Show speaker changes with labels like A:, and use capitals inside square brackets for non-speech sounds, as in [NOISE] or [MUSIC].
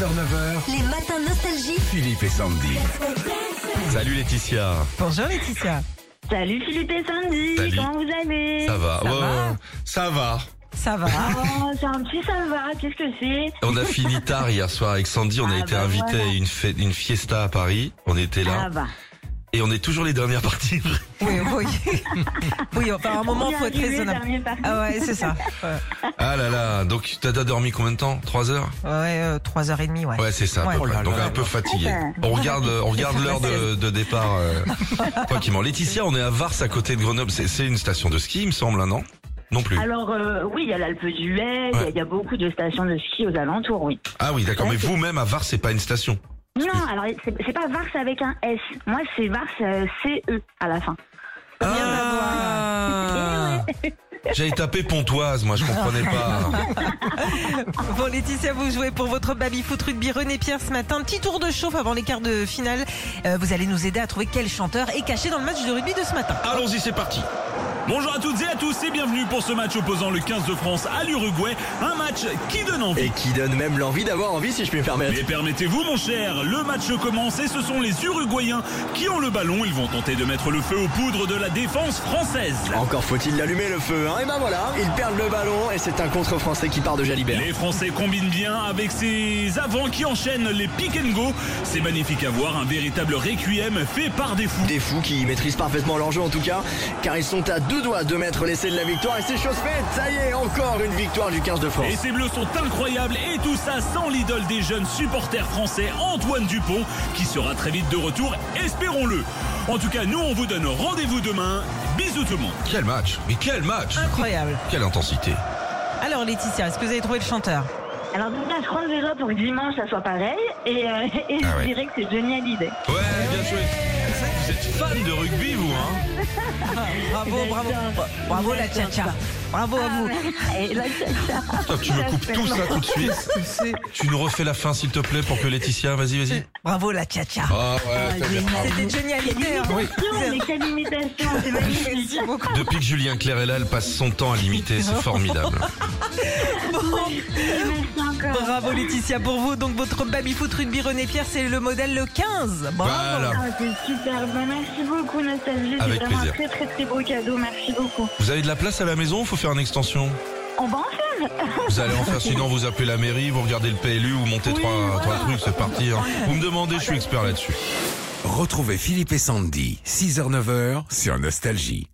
A: 6h-9h,
B: Les matins nostalgie.
A: Philippe et Sandy.
C: Salut Laetitia.
D: Bonjour Laetitia.
E: Salut Philippe et Sandy,
C: Salut.
E: comment vous allez
C: Ça va.
D: Ça
C: Ouais,
D: va
C: ouais, ça va.
D: Ça va
E: Oh, c'est un petit ça va, qu'est-ce que c'est
C: On a fini tard hier soir avec Sandy. On a
E: Ah
C: été
E: bah
C: invité
E: voilà.
C: à une, fête- une fiesta à Paris. On était là.
E: Ah bah,
C: Et on est toujours les dernières parties.
D: Oui, oui. oui, enfin, à un moment,
E: on
D: faut être raisonnable.
E: dernier parti.
D: Ah ouais, c'est ça. Ouais,
C: Ah là là. Donc t'as t'as dormi combien de temps Trois heures
D: ouais euh, 3h30, ouais.
C: Ouais, c'est ça. à
D: Ouais.
C: peu
D: Oh
C: près.
D: là
C: Donc
D: là.
C: un peu fatigué.
E: Ah
C: On regarde, euh, on regarde l'heure de, de départ. euh, tranquillement. Laetitia, on est à Vars, à côté de Grenoble. C'est c'est une station de ski, il me semble, hein, non Non plus.
E: Alors euh, oui, il y a l'Alpe d'Huez, il y a-
C: Ouais.
E: il y, a beaucoup de stations de ski aux alentours, oui.
C: Ah oui, d'accord. Mais vous-même à Vars, c'est pas une station.
E: Non, alors c'est c'est pas Vars avec un S. Moi, c'est Vars euh, CE à la fin.
C: Ah J'avais tapé Pontoise, moi je comprenais pas.
D: Bon, Laetitia, vous jouez pour votre baby foot rugby René Pierre ce matin. Petit tour de chauffe avant les quarts de finale. Euh, vous allez nous aider à trouver quel chanteur est caché dans le match de rugby de ce matin.
F: Allons-y, c'est parti. Bonjour à toutes et à tous et bienvenue pour ce match opposant le 15 de France à l'Uruguay. Un match qui donne envie.
G: Et qui donne même l'envie d'avoir envie, si je puis me permettre.
F: Mais permettez-vous mon cher, le match commence et ce sont les Uruguayens qui ont le ballon. Ils vont tenter de mettre le feu aux poudres de la défense française.
G: Encore faut-il l'allumer le feu, hein Et ben voilà, ils perdent le ballon et c'est un contre français qui part de Jalibert.
F: Les Français combinent bien avec ces avants qui enchaînent les pick and go. C'est magnifique à voir, un véritable requiem fait par des fous.
G: Des fous qui maîtrisent parfaitement leur jeu en tout cas, car ils sont à deux doigts de mettre l'essai de la victoire et c'est chose faite, ça y est, encore une victoire du 15 de France.
F: Et ces bleus sont incroyables et tout ça sans l'idole des jeunes supporters français Antoine Dupont qui sera très vite de retour, espérons-le. En tout cas, nous on vous donne rendez-vous demain. Bisous tout le monde.
C: Quel match Mais quel match
D: Incroyable.
C: Quelle intensité
D: Alors, Laetitia, est-ce que vous avez trouvé le chanteur
E: Alors déjà, je croise les doigts pour que dimanche, ça soit pareil. Et, euh, [LAUGHS] et
C: Ah
E: je
C: ouais.
E: dirais que c'est Johnny Hallyday.
C: Ouais, bien joué Vous êtes fan de rugby, vous, hein
D: Bravo, bravo. Bravo, la tcha-tcha. Bravo à vous.
E: Et là, ça- ça-
C: Stop, tu me coupes tout ça tout de suite. Tu nous refais la fin, s'il te plaît, pour que Laetitia, vas-y, vas-y.
D: Bravo, la tcha-tcha.
C: Ah ouais, très bien.
D: C'était génial. l'idée, hein.
E: Mais quelle imitation, c'est magnifique.
D: Merci beaucoup.
C: Depuis que Julien Clerc est là, elle passe son temps à l'imiter, [LAUGHS] c'est formidable.
D: [LAUGHS]
E: Merci encore.
D: Bravo Laetitia pour vous. Donc votre baby foot rugby René Pierre, c'est le modèle le 15. Bravo.
C: Voilà.
E: Ah, c'est super. Ben, merci beaucoup, Nostalgie.
C: Avec
E: C'est vraiment
C: plaisir.
E: un très, très, très beau cadeau. Merci beaucoup.
C: Vous avez de la place à la maison ou faut faire une extension
E: On va en faire.
C: Vous allez en faire, sinon vous appelez la mairie, vous regardez le PLU, vous montez trois, trois trucs, c'est parti. hein. Vous me demandez, je suis expert là-dessus.
A: Retrouvez Philippe et Sandy, 6h-9h, sur Nostalgie.